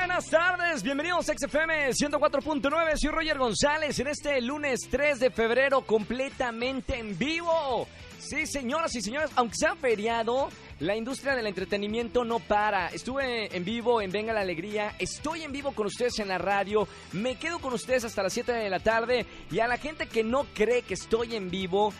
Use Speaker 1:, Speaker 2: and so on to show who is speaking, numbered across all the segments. Speaker 1: Buenas tardes, bienvenidos a XFM 104.9, soy Roger González en este lunes 3 de febrero completamente en vivo. Sí, señoras y señores, aunque sea feriado, la industria del entretenimiento no para. Estuve en vivo en Venga la Alegría, estoy en vivo con ustedes en la radio, me quedo con ustedes hasta las 7 de la tarde y a la gente que no cree que estoy en vivo,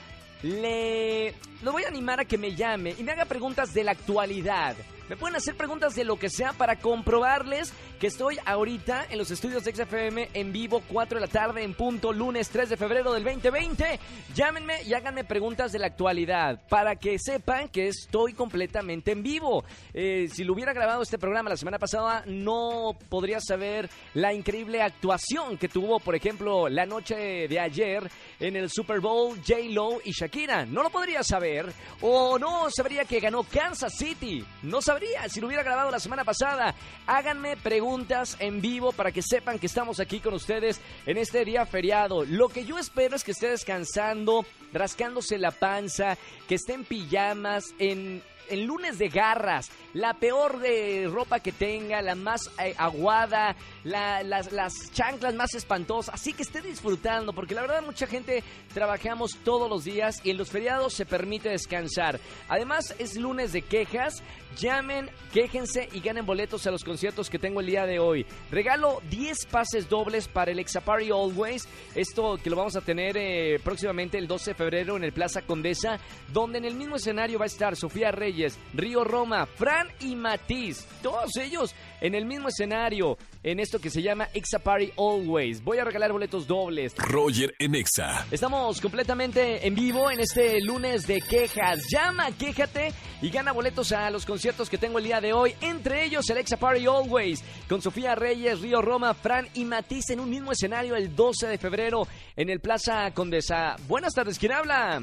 Speaker 1: le lo voy a animar a que me llame y me haga preguntas de la actualidad. Me pueden hacer preguntas de lo que sea para comprobarles que estoy ahorita en los estudios de XFM en vivo 4 de la tarde en punto lunes 3 de febrero del 2020. Llámenme y háganme preguntas de la actualidad para que sepan que estoy completamente en vivo. Eh, si lo hubiera grabado este programa la semana pasada no podría saber la increíble actuación que tuvo, por ejemplo, la noche de ayer en el Super Bowl J. Lo y Shakira. No lo podría saber. O no sabría que ganó Kansas City. No sabría si lo hubiera grabado la semana pasada. Háganme preguntas en vivo para que sepan que estamos aquí con ustedes en este día feriado. Lo que yo espero es que esté descansando, rascándose la panza, que esté en pijamas, en en lunes de garras, la peor de ropa que tenga, la más eh, aguada, la- las, las chanclas más espantosas. Así que esté disfrutando, porque la verdad mucha gente trabajamos todos los días y en los feriados se permite descansar. Además es lunes de quejas, llamen, quéjense y ganen boletos a los conciertos que tengo el día de hoy. Regalo 10 pases dobles para el Exapari Always, esto que lo vamos a tener eh, próximamente el 12 de febrero en el Plaza Condesa, donde en el mismo escenario va a estar Sofía Reyes, Río Roma, Fran y Matiz, todos ellos en el mismo escenario, en esto que se llama Exapari Always. Voy a regalar boletos dobles.
Speaker 2: Roger en Exa.
Speaker 1: Estamos completamente en vivo en este lunes de quejas. Llama, quéjate y gana boletos a los conciertos que tengo el día de hoy. Entre ellos, el Exa Party Always, con Sofía Reyes, Río Roma, Fran y Matiz en un mismo escenario el 12 de febrero en el Plaza Condesa. Buenas tardes, ¿quién habla?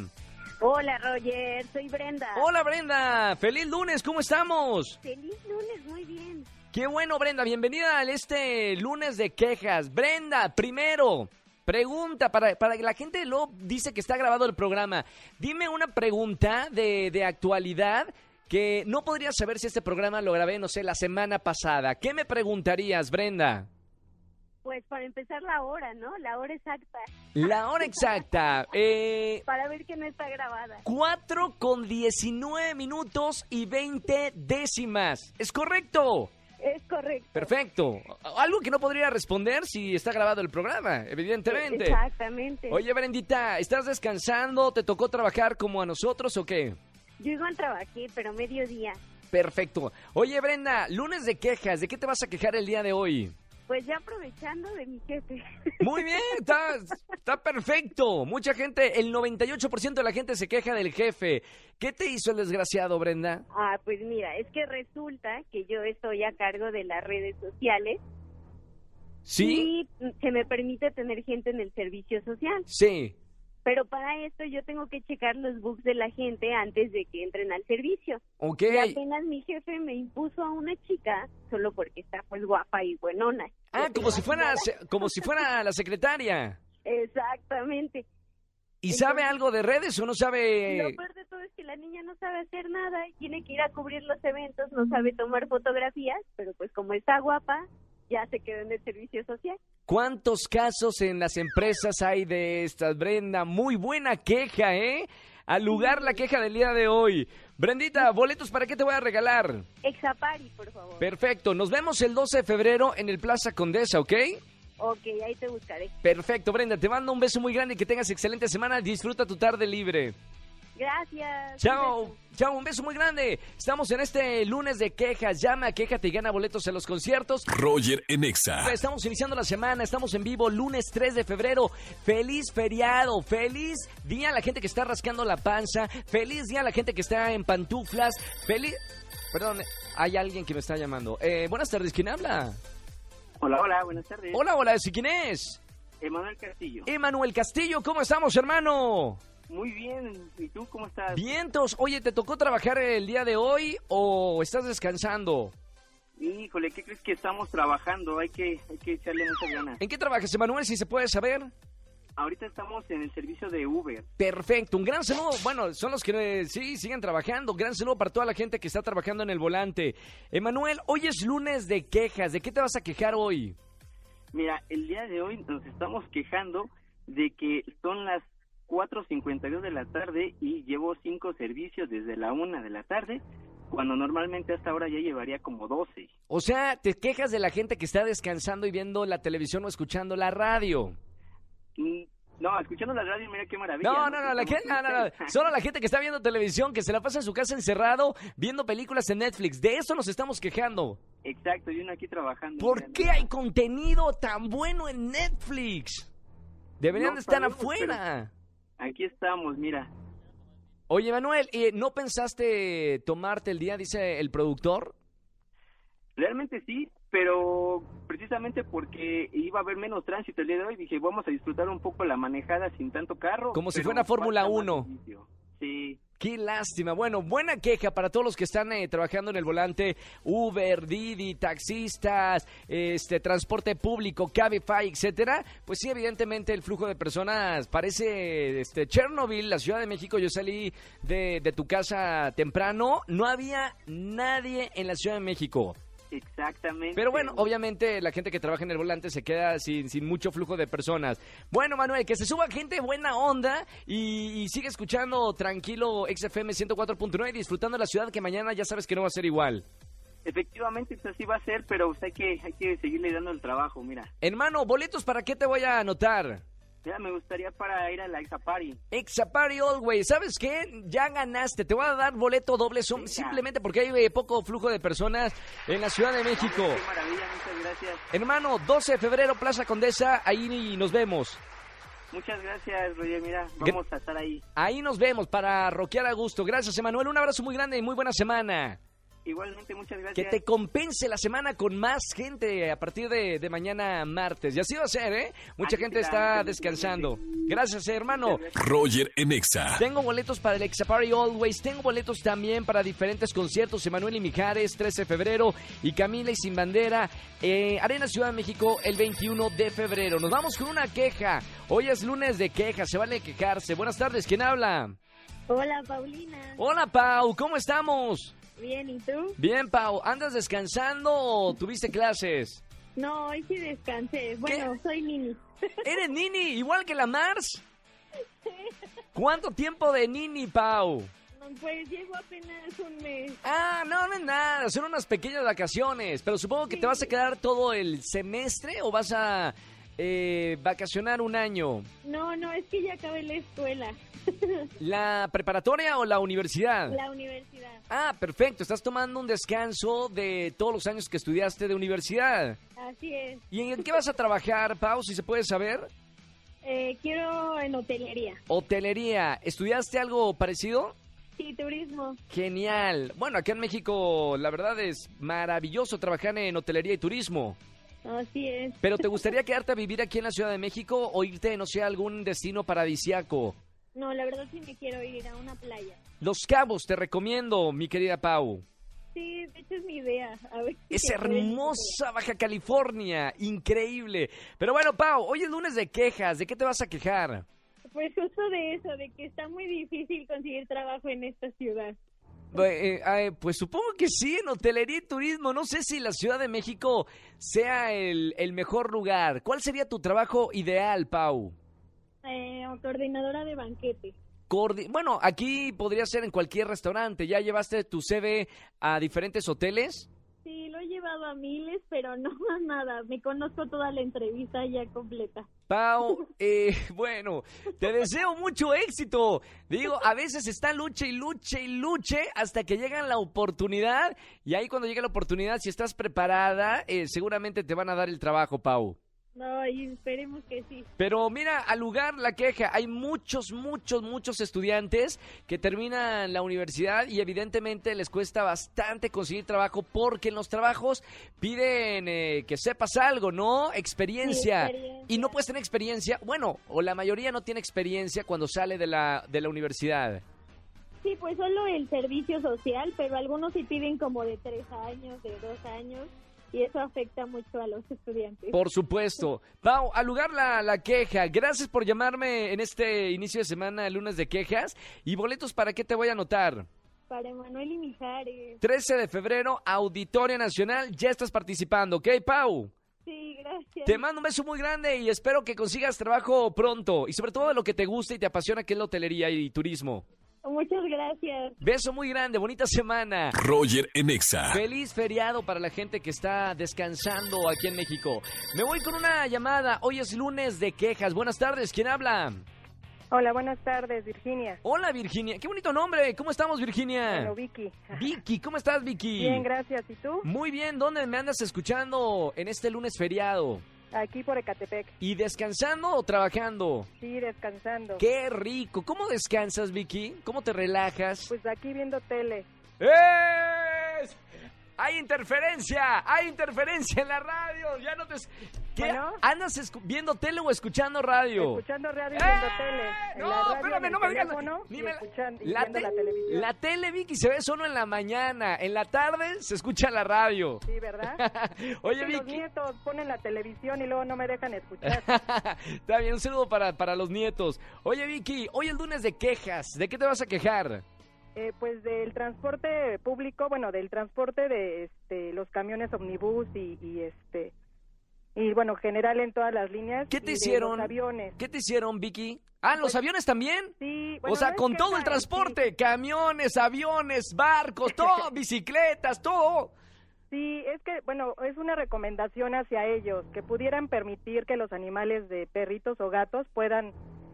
Speaker 3: Hola Roger, soy Brenda.
Speaker 1: Hola Brenda, feliz lunes, ¿cómo estamos?
Speaker 3: Feliz lunes, muy bien.
Speaker 1: Qué bueno Brenda, bienvenida al este lunes de quejas. Brenda, primero, pregunta, para, para que la gente lo dice que está grabado el programa, dime una pregunta de, de actualidad que no podría saber si este programa lo grabé, no sé, la semana pasada. ¿Qué me preguntarías, Brenda?
Speaker 3: Pues para empezar la hora, ¿no? La hora exacta,
Speaker 1: La hora exacta. Eh,
Speaker 3: para ver que no está grabada.
Speaker 1: 4 con 19 minutos y 20 décimas. ¿Es correcto?
Speaker 3: Es correcto.
Speaker 1: Perfecto. Algo que no podría responder si está grabado el programa, evidentemente.
Speaker 3: Exactamente.
Speaker 1: Oye, Brendita, ¿estás descansando? ¿Te tocó trabajar como a nosotros o qué?
Speaker 3: Yo igual trabajé, pero mediodía.
Speaker 1: Perfecto. Oye, Brenda, lunes de quejas, ¿de qué te vas a quejar el día de hoy?
Speaker 3: Pues ya aprovechando de mi jefe.
Speaker 1: Muy bien, está, está perfecto. Mucha gente, el 98% de la gente se queja del jefe. ¿Qué te hizo el desgraciado, Brenda?
Speaker 3: Ah, pues mira, es que resulta que yo estoy a cargo de las redes sociales
Speaker 1: ¿Sí?
Speaker 3: y se me permite tener gente en el servicio social.
Speaker 1: Sí.
Speaker 3: Pero para esto yo tengo que checar los books de la gente antes de que entren al servicio.
Speaker 1: Ok.
Speaker 3: Y apenas mi jefe me impuso a una chica solo porque está pues guapa y buenona.
Speaker 1: Ah,
Speaker 3: Yo
Speaker 1: como si
Speaker 3: te
Speaker 1: fuera,
Speaker 3: imaginarás.
Speaker 1: como si fuera la secretaria.
Speaker 3: Exactamente.
Speaker 1: ¿Y sabe algo de redes o no
Speaker 3: Lo
Speaker 1: sabe?
Speaker 3: peor de todo es que la niña no sabe hacer nada, tiene que ir a cubrir los eventos, no sabe tomar fotografías, pero pues como está guapa, ya se quedó en el servicio social.
Speaker 1: ¿Cuántos casos en las empresas hay de estas, Brenda? Muy buena queja, ¿eh? Al lugar la queja del día de hoy. Brendita, boletos para qué te voy a regalar.
Speaker 3: Exapari, por favor.
Speaker 1: Perfecto, nos vemos el 12 de febrero en el Plaza Condesa, ¿ok?
Speaker 3: ok, ahí te buscaré.
Speaker 1: Perfecto, Brenda, te mando un beso muy grande y que tengas excelente semana. Disfruta tu tarde libre.
Speaker 3: Gracias.
Speaker 1: Chao, chao, un beso muy grande. Estamos en este lunes de quejas. Llama, quéjate y gana boletos en los conciertos.
Speaker 2: Roger en Exa.
Speaker 1: Pues Estamos iniciando la semana, estamos en vivo lunes 3 de febrero. Feliz feriado, feliz día a la gente que está rascando la panza, feliz día a la gente que está en pantuflas, feliz... Perdón, hay alguien que me está llamando. Eh, buenas tardes, ¿quién habla?
Speaker 4: Hola, hola, buenas tardes.
Speaker 1: Hola, hola, ¿sí quién es? Eh.
Speaker 4: Emanuel Castillo.
Speaker 1: Emanuel Castillo, ¿cómo estamos, hermano?
Speaker 4: Muy bien, ¿y tú cómo estás?
Speaker 1: Vientos, oye, ¿te tocó trabajar el día de hoy o estás descansando?
Speaker 4: Híjole, ¿qué crees que estamos trabajando? Hay que, hay que echarle muchas ganas.
Speaker 1: ¿En qué trabajas, Emanuel, si se puede saber?
Speaker 4: Ahorita estamos en el servicio de Uber.
Speaker 1: Perfecto, un gran saludo. Bueno, son los que eh, sí siguen trabajando. Gran saludo para toda la gente que está trabajando en el volante. Emanuel, hoy es lunes de quejas. ¿De qué te vas a quejar hoy?
Speaker 4: Mira, el día de hoy nos estamos quejando de que son las 4.52 de la tarde y llevo cinco servicios desde la 1 de la tarde, cuando normalmente hasta ahora ya llevaría como 12.
Speaker 1: O sea, te quejas de la gente que está descansando y viendo la televisión o escuchando la radio.
Speaker 4: Mm, No, escuchando la radio, mira qué maravilla.
Speaker 1: No, no, no, la gente, no, no, no. solo la gente que está viendo televisión, que se la pasa en su casa encerrado, viendo películas en Netflix. De eso nos estamos quejando.
Speaker 4: Exacto, y uno aquí trabajando.
Speaker 1: ¿Por
Speaker 4: mira,
Speaker 1: qué
Speaker 4: no.
Speaker 1: hay contenido tan bueno en Netflix? Deberían
Speaker 4: No
Speaker 1: de estar
Speaker 4: sabemos,
Speaker 1: afuera.
Speaker 4: Aquí estamos, mira.
Speaker 1: Oye, Manuel, ¿y ¿no pensaste tomarte el día, dice el productor?
Speaker 4: Realmente sí, pero precisamente porque iba a haber menos tránsito el día de hoy, dije, vamos a disfrutar un poco la manejada sin tanto carro.
Speaker 1: Como si
Speaker 4: pero
Speaker 1: fuera Fórmula
Speaker 4: falta más
Speaker 1: 1.
Speaker 4: servicio. Sí,
Speaker 1: Qué lástima. Bueno, buena queja para todos los que están eh, trabajando en el volante. Uber, Didi, taxistas, este transporte público, Cabify, etcétera. Pues sí, evidentemente el flujo de personas parece este Chernobyl, la Ciudad de México. Yo salí de, de tu casa temprano, no había nadie en la Ciudad de México.
Speaker 4: exactamente.
Speaker 1: Pero bueno, obviamente la gente que trabaja en el volante se queda sin, sin mucho flujo de personas. Bueno, Manuel, que se suba gente buena onda y, y sigue escuchando tranquilo XFM 104.9 y disfrutando la ciudad que mañana ya sabes que no va a ser igual.
Speaker 4: Efectivamente, pues así va a ser, pero pues, hay que hay que seguirle dando el trabajo, mira.
Speaker 1: Hermano, boletos para qué te voy a anotar.
Speaker 4: Mira, me gustaría para ir a la Exa Party.
Speaker 1: Exapari Always, ¿sabes qué? Ya ganaste, te voy a dar boleto doble son-
Speaker 4: Venga.
Speaker 1: simplemente porque hay eh, poco flujo de personas en la Ciudad de México.
Speaker 4: Qué maravilla, muchas gracias.
Speaker 1: Hermano, 12 de febrero, Plaza Condesa, ahí nos vemos.
Speaker 4: Muchas gracias, Roger, mira, vamos a estar ahí.
Speaker 1: Ahí nos vemos para roquear a gusto. Gracias, Emanuel. Un abrazo muy grande y muy buena semana.
Speaker 4: Igualmente, muchas
Speaker 1: Que
Speaker 4: gracias.
Speaker 1: te compense la semana con más gente a partir de, de mañana martes. Y así va a ser, ¿eh? Mucha
Speaker 4: Así
Speaker 1: gente
Speaker 4: será,
Speaker 1: está descansando. Gracias, hermano.
Speaker 4: Muchas gracias.
Speaker 2: Roger en Exa.
Speaker 1: Tengo boletos para el Exapari Always. Tengo boletos también para diferentes conciertos. Emanuel y Mijares, 13 de febrero. Y Camila y Sin Bandera, eh, Arena Ciudad de México, el 21 de febrero. Nos vamos con una queja. Hoy es lunes de quejas. Se vale quejarse. Buenas tardes. ¿Quién habla?
Speaker 3: Hola, Paulina.
Speaker 1: Hola, Pau. ¿Cómo estamos?
Speaker 3: Bien, ¿y tú?
Speaker 1: Bien, Pau, ¿andas descansando o tuviste clases?
Speaker 3: No, hoy sí descansé. Bueno, soy Nini.
Speaker 1: ¿Eres Nini, igual que la Mars? ¿Cuánto tiempo de Nini, Pau?
Speaker 3: No, Pues llevo apenas un mes.
Speaker 1: Ah, no, no es nada, son unas pequeñas vacaciones, pero supongo que te vas a quedar todo el semestre o vas a eh, vacacionar un año.
Speaker 3: No, no, es que ya acabé la escuela,
Speaker 1: ¿La preparatoria o la universidad?
Speaker 3: la universidad.
Speaker 1: Ah, perfecto, estás tomando un descanso de todos los años que estudiaste de universidad.
Speaker 3: Así es.
Speaker 1: ¿Y en qué vas a trabajar, Pau, si se puede saber?
Speaker 3: Eh, quiero en hotelería.
Speaker 1: Hotelería, ¿estudiaste algo parecido?
Speaker 3: Sí, turismo.
Speaker 1: Genial. Bueno, acá en México la verdad es maravilloso trabajar en hotelería y turismo.
Speaker 3: Así es.
Speaker 1: Pero ¿te gustaría quedarte a vivir aquí en la Ciudad de México o irte, no sé, a algún destino paradisiaco?
Speaker 3: No, la verdad sí me quiero ir a una playa.
Speaker 1: Los Cabos, te recomiendo, mi querida Pau.
Speaker 3: Sí, de hecho es mi idea. A ver si
Speaker 1: Es
Speaker 3: se puede.
Speaker 1: hermosa Baja California, increíble. Pero bueno, Pau, hoy es lunes de quejas, ¿de qué te vas a quejar?
Speaker 3: Pues justo de eso, de que está muy difícil conseguir trabajo en esta ciudad.
Speaker 1: Eh, eh, ay, pues supongo que sí, en hotelería y turismo. No sé si la Ciudad de México sea el, el mejor lugar. ¿Cuál sería tu trabajo ideal, Pau?
Speaker 3: Eh, coordinadora de banquete.
Speaker 1: Coordi- bueno, aquí podría ser en cualquier restaurante. ¿Ya llevaste tu CV a diferentes hoteles?
Speaker 3: Sí, lo he llevado a miles, pero no a nada. Me conozco toda la entrevista ya completa.
Speaker 1: Pau, eh, bueno, te deseo mucho éxito. Digo, a veces está luche y luche y luche hasta que llega la oportunidad. Y ahí cuando llega la oportunidad, si estás preparada, eh, seguramente te van a dar el trabajo, Pau.
Speaker 3: No, y esperemos que sí.
Speaker 1: Pero mira, al lugar la queja, hay muchos, muchos, muchos estudiantes que terminan la universidad y evidentemente les cuesta bastante conseguir trabajo porque en los trabajos piden eh, que sepas algo, ¿no? Experiencia.
Speaker 3: Sí, experiencia.
Speaker 1: Y no puedes tener experiencia, bueno, o la mayoría no tiene experiencia cuando sale de la, de la universidad.
Speaker 3: Sí, pues solo el servicio social, pero algunos sí piden como de tres años, de dos años, y eso afecta mucho a los estudiantes.
Speaker 1: Por supuesto. Pau, al lugar la, la queja. Gracias por llamarme en este inicio de semana, el lunes de quejas. Y boletos, ¿para qué te voy a anotar?
Speaker 3: Para Emanuel y Mijares.
Speaker 1: 13 de febrero, Auditorio Nacional. Ya estás participando, ¿ok, Pau?
Speaker 3: Sí, gracias.
Speaker 1: Te mando un beso muy grande y espero que consigas trabajo pronto. Y sobre todo de lo que te gusta y te apasiona, que es la hotelería y turismo.
Speaker 3: Muchas gracias.
Speaker 1: Beso muy grande, bonita semana.
Speaker 2: Roger en Exa.
Speaker 1: Feliz feriado para la gente que está descansando aquí en México. Me voy con una llamada. Hoy es lunes de quejas. Buenas tardes, ¿quién habla?
Speaker 5: Hola, buenas tardes, Virginia.
Speaker 1: Hola, Virginia. Qué bonito nombre. ¿Cómo estamos, Virginia?
Speaker 5: Bueno, Vicky.
Speaker 1: Vicky, ¿cómo estás, Vicky?
Speaker 5: Bien, gracias. ¿Y tú?
Speaker 1: Muy bien, ¿dónde me andas escuchando en este lunes feriado?
Speaker 5: Aquí por Ecatepec.
Speaker 1: ¿Y descansando o trabajando?
Speaker 5: Sí, descansando.
Speaker 1: ¡Qué rico! ¿Cómo descansas, Vicky? ¿Cómo te relajas?
Speaker 5: Pues aquí viendo tele.
Speaker 1: ¡Es! ¡Hay interferencia! ¡Hay interferencia en la radio! ¡Ya no te... es- ¿Qué?
Speaker 5: Bueno.
Speaker 1: ¿Andas escu- viendo tele o escuchando radio?
Speaker 5: Escuchando radio y
Speaker 1: ¡Eh!
Speaker 5: viendo tele. En
Speaker 1: No,
Speaker 5: la radio,
Speaker 1: espérame,
Speaker 5: en
Speaker 1: no
Speaker 5: el
Speaker 1: me digas.
Speaker 5: teléfono
Speaker 1: Ni
Speaker 5: y
Speaker 1: me la-
Speaker 5: escuchan- y
Speaker 1: la
Speaker 5: viendo
Speaker 1: te-
Speaker 5: la televisión.
Speaker 1: La tele, Vicky, se ve solo en la mañana. En la tarde se escucha la radio.
Speaker 5: Sí, ¿verdad?
Speaker 1: Oye,
Speaker 5: Que los
Speaker 1: Vicky.
Speaker 5: nietos ponen la televisión y luego no me dejan escuchar.
Speaker 1: Está bien, un saludo para, para los nietos. Oye, Vicky, hoy el lunes de quejas. ¿De qué te vas a quejar?
Speaker 5: Eh, pues del transporte público, bueno, del transporte de este, los camiones omnibus y, y este y bueno, general en todas las líneas.
Speaker 1: ¿Qué te
Speaker 5: y de
Speaker 1: hicieron?
Speaker 5: Los aviones.
Speaker 1: ¿Qué te hicieron, Vicky? Ah, ¿los aviones también?
Speaker 5: Sí,
Speaker 1: o
Speaker 5: Pues- bueno,
Speaker 1: sea,
Speaker 5: no es
Speaker 1: con todo el
Speaker 5: queja, sí.
Speaker 1: transporte, camiones, aviones, barcos, todo, bicicletas, todo.
Speaker 5: Sí, es que, bueno, es una recomendación hacia ellos, que pudieran permitir que los animales de perritos o gatos puedan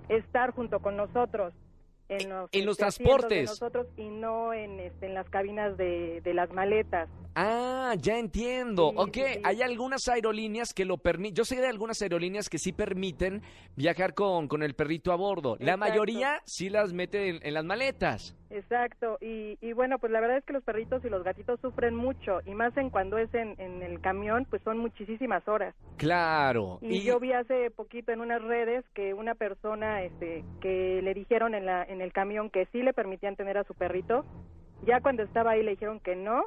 Speaker 5: estar junto con nosotros en los,
Speaker 1: En los
Speaker 5: este, asientos de
Speaker 1: transportes.
Speaker 5: nosotros y no en, este, en las cabinas de, de las maletas.
Speaker 1: Ah, ya entiendo.
Speaker 5: Sí,
Speaker 1: ok,
Speaker 5: sí, sí.
Speaker 1: hay algunas aerolíneas que lo permiten. Yo sé de algunas aerolíneas que sí permiten viajar con, con el perrito a bordo. La
Speaker 5: Exacto.
Speaker 1: mayoría sí las mete en- en las maletas.
Speaker 5: Exacto, y, y bueno, pues la verdad es que los perritos y los gatitos sufren mucho, y más en cuando es en, en el camión, pues son muchísimas horas.
Speaker 1: Claro.
Speaker 5: Y, yo vi hace poquito en unas redes que una persona este, que le dijeron en, la, en el camión que sí le permitían tener a su perrito, ya cuando estaba ahí le dijeron que no,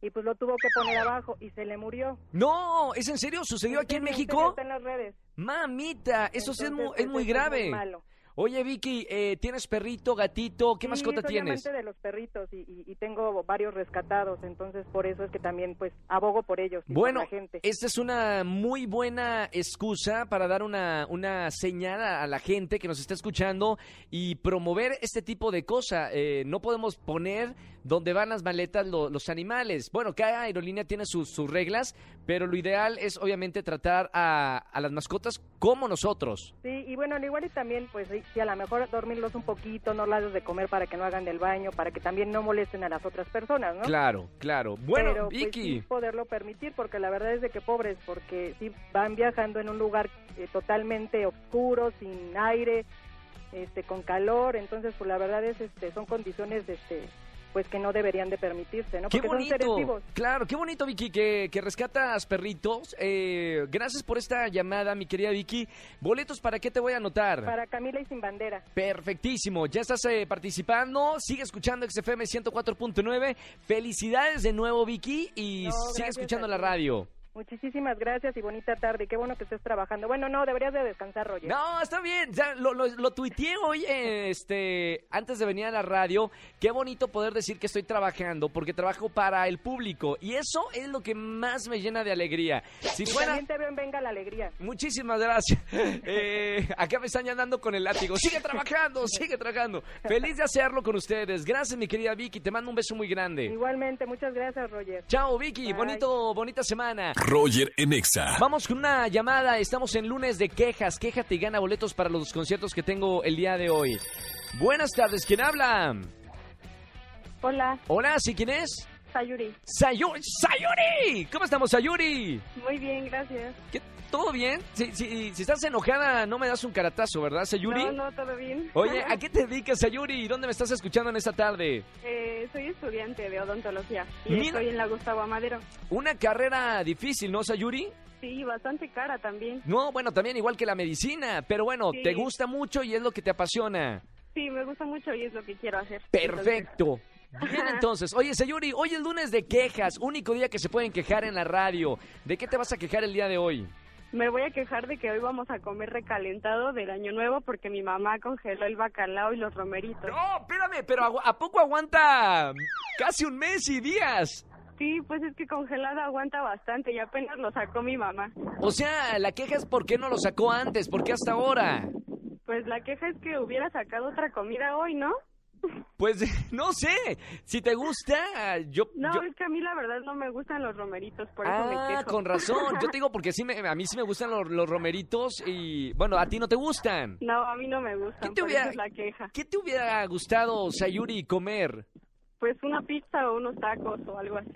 Speaker 5: y pues lo tuvo que poner abajo y se le murió.
Speaker 1: No, ¿es en serio? ¿Sucedió aquí en
Speaker 5: Entonces,
Speaker 1: México?
Speaker 5: Está en las redes.
Speaker 1: Mamita, eso sí es
Speaker 5: Entonces,
Speaker 1: mu- es muy,
Speaker 5: pues, eso
Speaker 1: grave.
Speaker 5: malo.
Speaker 1: Oye, Vicky, eh, ¿tienes perrito, gatito? ¿Qué
Speaker 5: Sí,
Speaker 1: mascota
Speaker 5: soy
Speaker 1: tienes?
Speaker 5: amante de los perritos y, y- y tengo varios rescatados, entonces por eso es que también pues abogo por ellos. y por
Speaker 1: Bueno,
Speaker 5: la gente.
Speaker 1: esta es una muy buena excusa para dar una, una señal a a la gente que nos está escuchando y promover este tipo de cosa. Eh, no podemos poner donde van las maletas lo- los animales. Bueno, cada aerolínea tiene sus, sus reglas, pero lo ideal es obviamente tratar a, a las mascotas como nosotros.
Speaker 5: Sí, y bueno, al igual y también, pues sí, sí, a lo mejor dormirlos un poquito, no las des de comer para que no hagan del baño, para que también no molesten a las otras personas, ¿no?
Speaker 1: Claro, claro. Bueno,
Speaker 5: Pero, pues,
Speaker 1: Vicky.
Speaker 5: sí poderlo permitir, porque la verdad es de que pobres, porque si van viajando en un lugar eh, totalmente oscuro, sin aire, este, con calor, entonces, pues la verdad es, este, son condiciones, este, pues que no deberían de permitirse, ¿no?
Speaker 1: Qué
Speaker 5: Ah, Porque son seres
Speaker 1: bonito,
Speaker 5: vivos.
Speaker 1: claro, qué bonito Vicky que, que rescatas perritos. Eh, gracias por esta llamada, mi querida Vicky. Boletos para qué te voy a anotar.
Speaker 5: Para Camila y sin bandera.
Speaker 1: Perfectísimo, ya estás eh, participando, sigue escuchando XFM 104.9. Felicidades de nuevo Vicky y
Speaker 5: No,
Speaker 1: sigue
Speaker 5: gracias
Speaker 1: escuchando
Speaker 5: a
Speaker 1: la
Speaker 5: ti.
Speaker 1: radio.
Speaker 5: Muchísimas gracias y bonita tarde. Qué bueno que estés trabajando. Bueno, no, deberías de descansar, Roger.
Speaker 1: No, está bien. Ya lo, lo, lo tuiteé hoy eh, este, antes de venir a la radio. Qué bonito poder decir que estoy trabajando porque trabajo para el público. Y eso es lo que más me llena de alegría. Si
Speaker 5: Y
Speaker 1: fuera...
Speaker 5: también te veo en Venga la Alegría.
Speaker 1: Muchísimas gracias. Eh, acá me están ya andando con el látigo. Sigue trabajando, sigue trabajando. Feliz de hacerlo con ustedes. Gracias, mi querida Vicky. Te mando un beso muy grande.
Speaker 5: Igualmente, muchas gracias, Roger.
Speaker 1: Chao, Vicky.
Speaker 5: Bye.
Speaker 1: Bonito, bonita semana.
Speaker 2: Roger en Exa.
Speaker 1: Vamos con una llamada. Estamos en lunes de quejas. Quéjate y gana boletos para los conciertos que tengo el día de hoy. Buenas tardes. ¿Quién habla?
Speaker 3: Hola,
Speaker 1: Hola, ¿sí quién es?
Speaker 3: Sayuri.
Speaker 1: Sayu- Sayuri. ¿Cómo estamos, Sayuri?
Speaker 3: Muy bien, gracias.
Speaker 1: ¿Qué todo bien? Si, si, si estás enojada, no me das un caratazo, ¿verdad, Sayuri?
Speaker 3: No, no, todo bien.
Speaker 1: Oye, ¿a qué te dedicas, Sayuri? ¿Dónde me estás escuchando en esta tarde?
Speaker 3: Eh, soy estudiante de odontología y
Speaker 1: Mira.
Speaker 3: estoy en la Gustavo Amadero.
Speaker 1: Una carrera difícil, ¿no, Sayuri?
Speaker 3: Sí, bastante cara también.
Speaker 1: No, bueno, también igual que la medicina, pero bueno,
Speaker 3: Sí.
Speaker 1: te gusta mucho y es lo que te apasiona.
Speaker 3: Sí, me gusta mucho y es lo que quiero hacer.
Speaker 1: Perfecto. Bien, entonces. Oye, Sayuri, hoy es lunes de quejas, único día que se pueden quejar en la radio. ¿De qué te vas a quejar el día de hoy?
Speaker 3: Entonces, me voy a quejar de que hoy vamos a comer recalentado del año nuevo porque mi mamá congeló el bacalao y los romeritos.
Speaker 1: No, espérame, pero agu- ¿a poco aguanta casi un mes y días?
Speaker 3: Sí, pues es que congelado aguanta bastante y apenas lo sacó mi mamá.
Speaker 1: O sea, la queja es por qué no lo sacó antes, por qué hasta ahora.
Speaker 3: Pues la queja es que hubiera sacado otra comida hoy, ¿no?
Speaker 1: Pues no sé, si te gusta, yo...
Speaker 3: No,
Speaker 1: yo-
Speaker 3: es que a mí la verdad no me gustan los romeritos, por eso me
Speaker 1: Ah,
Speaker 3: quejo.
Speaker 1: con razón. Yo te digo porque sí me- a mí sí me gustan los, los romeritos y bueno, a ti no te gustan.
Speaker 3: No, a mí no me
Speaker 1: ¿Qué
Speaker 3: gustan,
Speaker 1: te
Speaker 3: por
Speaker 1: hubiera-
Speaker 3: eso es la queja.
Speaker 1: ¿Qué te hubiera gustado, Sayuri, comer?
Speaker 3: Pues una pizza o unos tacos o algo así.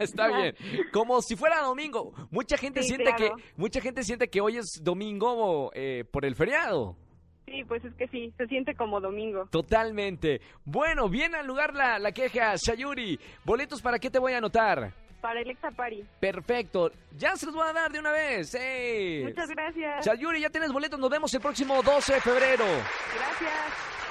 Speaker 1: Está bien. Como si fuera domingo. Mucha gente
Speaker 3: Sí,
Speaker 1: siente
Speaker 3: claro.
Speaker 1: que mucha gente siente que hoy es domingo eh, por el feriado.
Speaker 3: Sí, pues es que sí, se siente como domingo.
Speaker 1: Totalmente. Bueno, bien al lugar la, la queja, Sayuri. Boletos para qué te voy a anotar.
Speaker 3: Para Electa Party.
Speaker 1: Perfecto. Ya se los voy a dar de una vez. ¡eh!
Speaker 3: Muchas gracias.
Speaker 1: Sayuri, ya tienes boletos. Nos vemos el próximo 12 de febrero.
Speaker 3: Gracias.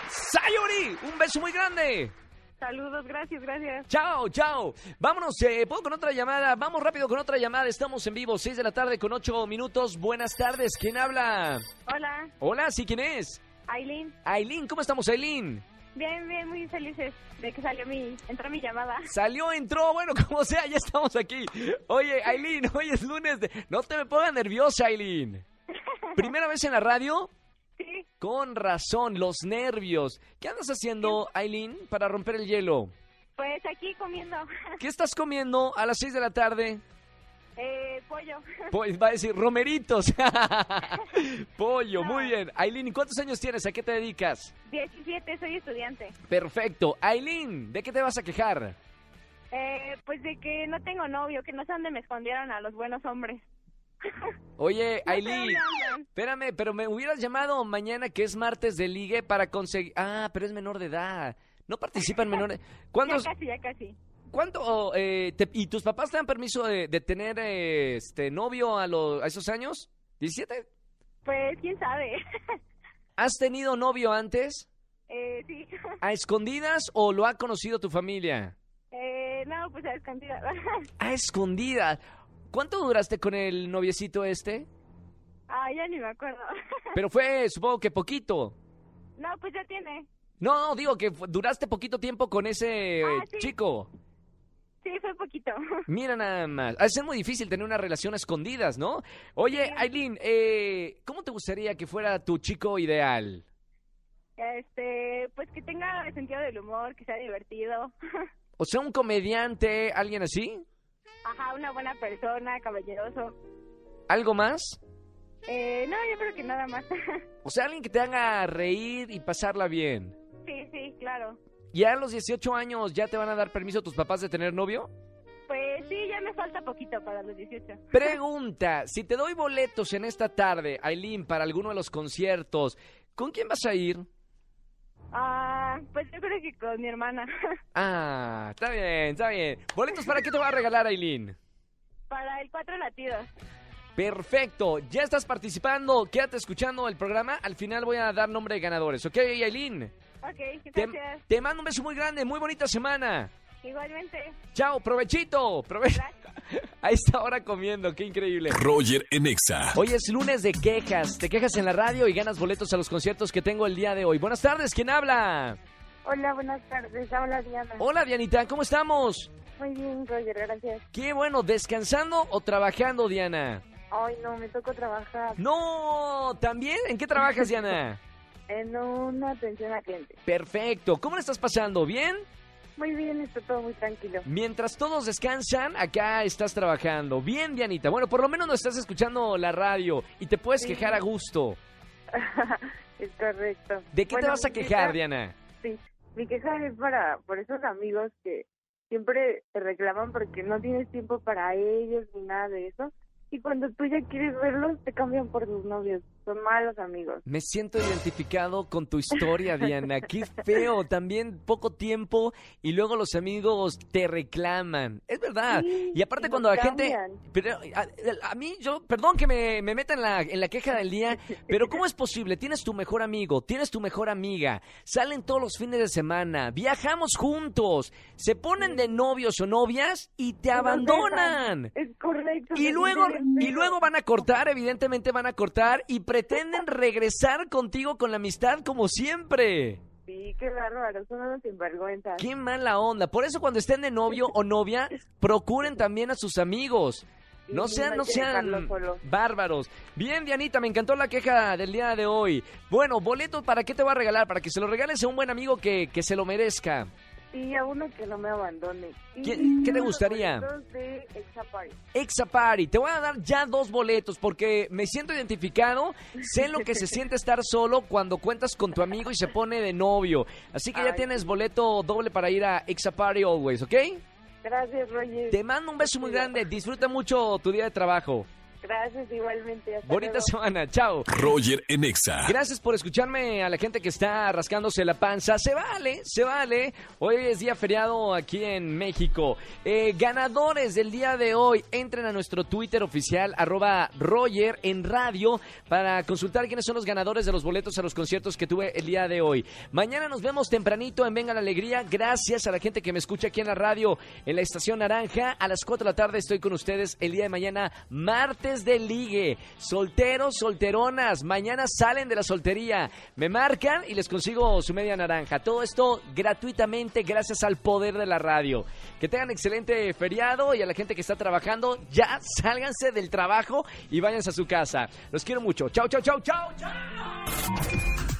Speaker 1: Sayuri, un beso muy grande.
Speaker 3: Saludos, gracias, gracias.
Speaker 1: Chao, chao. Vámonos, eh, ¿puedo con otra llamada? Vamos rápido con otra llamada. Estamos en vivo, 6 de la tarde con 8 minutos. Buenas tardes, ¿quién habla?
Speaker 3: Hola,
Speaker 1: Hola, ¿sí quién es?
Speaker 3: Aileen.
Speaker 1: Aileen, ¿cómo estamos, Aileen?
Speaker 3: Bien, bien, muy felices de que salió mi, entró mi llamada.
Speaker 1: Salió, entró, bueno, como sea, ya estamos aquí. Oye, Aileen, hoy es lunes. de- No te me pongas nerviosa, Aileen. ¿Primera vez en la radio?
Speaker 3: Sí,
Speaker 1: Con razón, los nervios. ¿Qué andas haciendo, Aileen, para romper el hielo?
Speaker 3: pues aquí comiendo
Speaker 1: ¿Qué estás comiendo a las 6 de la tarde?
Speaker 3: eh, pollo.
Speaker 1: Pues va a decir romeritos. Pollo, muy bien. Aileen, ¿y ¿cuántos años tienes? ¿A qué te dedicas?
Speaker 3: 17, soy estudiante.
Speaker 1: Perfecto. Aileen, ¿de qué te vas a quejar?
Speaker 3: Eh, pues de que no tengo novio, que no sé dónde me escondieron a los buenos hombres.
Speaker 1: Oye,
Speaker 3: No sé dónde
Speaker 1: Aileen,
Speaker 3: andan.
Speaker 1: espérame, pero me hubieras llamado mañana que es martes de ligue para conseguir... Ah, pero es menor de edad. No participan menores. ¿Cuántos,
Speaker 3: Ya casi, ya casi.
Speaker 1: cuánto, eh, te- ¿Y tus papás te dan permiso de, de tener eh, este novio a, los, a esos años? ¿17?
Speaker 3: Pues quién sabe.
Speaker 1: ¿Has tenido novio antes?
Speaker 3: Eh, sí.
Speaker 1: ¿A escondidas o lo ha conocido tu familia?
Speaker 3: Eh, no, pues a escondidas.
Speaker 1: A escondidas. ¿Cuánto duraste con el noviecito este?
Speaker 3: Ah, ya ni me acuerdo.
Speaker 1: Pero fue, supongo que poquito.
Speaker 3: No, pues ya tiene.
Speaker 1: No, no, digo que fu- duraste poquito tiempo con ese eh,
Speaker 3: Ah, sí.
Speaker 1: chico.
Speaker 3: Sí, fue poquito.
Speaker 1: Mira nada más. Ha de ser muy difícil tener una relación a escondidas, ¿no? Oye, Aileen, eh, ¿cómo te gustaría que fuera tu chico ideal?
Speaker 3: Este, pues que tenga sentido del humor, que sea divertido.
Speaker 1: O sea, un comediante, alguien así.
Speaker 3: Ajá, una buena persona, caballeroso.
Speaker 1: ¿Algo más?
Speaker 3: Eh, no, yo creo que nada más.
Speaker 1: O sea, alguien que te haga reír y pasarla bien.
Speaker 3: Sí, sí, claro.
Speaker 1: ¿Ya a los 18 años ya te van a dar permiso tus papás de tener novio?
Speaker 3: Pues sí, ya me falta poquito para los 18.
Speaker 1: Pregunta, si te doy boletos en esta tarde, Aileen, para alguno de los conciertos, ¿con quién vas a ir?
Speaker 3: Ah, pues yo creo que con mi hermana.
Speaker 1: Ah, está bien, está bien. ¿Boletos para qué te va a regalar, Aileen?
Speaker 3: Para el cuatro latidos.
Speaker 1: Perfecto, ya estás participando, quédate escuchando el programa, al final voy a dar nombre de ganadores, ¿ok, Aileen?
Speaker 3: Ok,
Speaker 1: Te,
Speaker 3: gracias.
Speaker 1: te mando un beso muy grande, muy bonita semana.
Speaker 3: Igualmente.
Speaker 1: Chao, provechito. Prove Ahí está ahora comiendo, qué increíble.
Speaker 2: Roger en Exa.
Speaker 1: Hoy es lunes de quejas, te quejas en la radio y ganas boletos a los conciertos que tengo el día de hoy. Buenas tardes, ¿quién habla?
Speaker 6: Hola, buenas tardes. Hola, Diana.
Speaker 1: Hola Dianita, ¿cómo estamos?
Speaker 6: Muy bien, Roger, gracias.
Speaker 1: Qué bueno, ¿descansando o trabajando, Diana?
Speaker 6: Ay, no, me tocó trabajar
Speaker 1: No, ¿también? ¿En qué trabajas, Diana?
Speaker 6: en una atención a clientes.
Speaker 1: Perfecto, ¿cómo le estás pasando? ¿Bien?
Speaker 6: Muy bien, está todo muy tranquilo.
Speaker 1: Mientras todos descansan, acá estás trabajando. Bien, Dianita. Bueno, por lo menos no estás escuchando la radio y te puedes
Speaker 6: Sí.
Speaker 1: quejar a gusto.
Speaker 6: es correcto.
Speaker 1: ¿De qué te
Speaker 6: Bueno,
Speaker 1: vas a
Speaker 6: mi
Speaker 1: quejar,
Speaker 6: queja-
Speaker 1: Diana?
Speaker 6: Mi queja es para por esos amigos que siempre te reclaman porque no tienes tiempo para ellos ni nada de eso. y cuando tú ya quieres verlos, te cambian por tus novios. Son malos amigos.
Speaker 1: Me siento identificado con tu historia, Diana. Qué feo. También poco tiempo y luego los amigos te reclaman. Es verdad.
Speaker 6: Sí,
Speaker 1: Ah, y aparte
Speaker 6: y
Speaker 1: cuando la
Speaker 6: nos
Speaker 1: gente...
Speaker 6: cambian.
Speaker 1: Pero eh, a, a mí, yo, perdón que me, me meta en la, en la queja del día, pero ¿cómo es posible? Tienes tu mejor amigo, tienes tu mejor amiga, salen todos los fines de semana, viajamos juntos, se ponen de novios o novias y te abandonan.
Speaker 6: Es correcto.
Speaker 1: Y
Speaker 6: me
Speaker 1: luego,
Speaker 6: dicen
Speaker 1: y
Speaker 6: eso.
Speaker 1: luego van a cortar, evidentemente van a cortar y pretenden regresar contigo con la amistad como siempre.
Speaker 6: Sí, qué bárbaro. Son unos sinvergüenzas.
Speaker 1: Qué mala onda. Por eso cuando estén de novio o novia, procuren también a sus amigos. No
Speaker 6: Sí,
Speaker 1: sean,
Speaker 6: hay
Speaker 1: no
Speaker 6: que
Speaker 1: sean
Speaker 6: dejarlo solo.
Speaker 1: bárbaros. Bien, Dianita, me encantó la queja del día de hoy. Bueno, boleto, ¿para qué te va a regalar? Para que se lo regales a un buen amigo que, que se lo merezca.
Speaker 6: Sí, a uno que no me abandone. Y
Speaker 1: ¿Qué- qué te
Speaker 6: unos
Speaker 1: gustaría?
Speaker 6: boletos de Exa Party.
Speaker 1: Exa Party. Te voy a dar ya dos boletos porque me siento identificado. Sé lo que se siente estar solo cuando cuentas con tu amigo y se pone de novio. Así que ya
Speaker 6: Ay,
Speaker 1: tienes boleto doble para ir a Exa Party Always, ¿ok?
Speaker 6: Gracias, Roger.
Speaker 1: Te mando un beso muy grande. Disfruta mucho tu día de trabajo.
Speaker 6: Gracias igualmente. Hasta
Speaker 1: Bonita
Speaker 6: luego.
Speaker 1: semana. Chao.
Speaker 2: Roger en Exa.
Speaker 1: Gracias por escucharme a la gente que está rascándose la panza. Se vale, se vale. Hoy es día feriado aquí en México. Eh, ganadores del día de hoy, entren a nuestro Twitter oficial, arroba Roger en radio, para consultar quiénes son los ganadores de los boletos a los conciertos que tuve el día de hoy. Mañana nos vemos tempranito en Venga la Alegría. Gracias a la gente que me escucha aquí en la radio, en la Estación Naranja. A las 4 de la tarde estoy con ustedes el día de mañana, martes de ligue. Solteros, solteronas, mañana salen de la soltería. Me marcan y les consigo su media naranja. Todo esto gratuitamente gracias al poder de la radio. Que tengan excelente feriado y a la gente que está trabajando, ya sálganse del trabajo y váyanse a su casa. Los quiero mucho. Chau, chau, chau, chau, chau.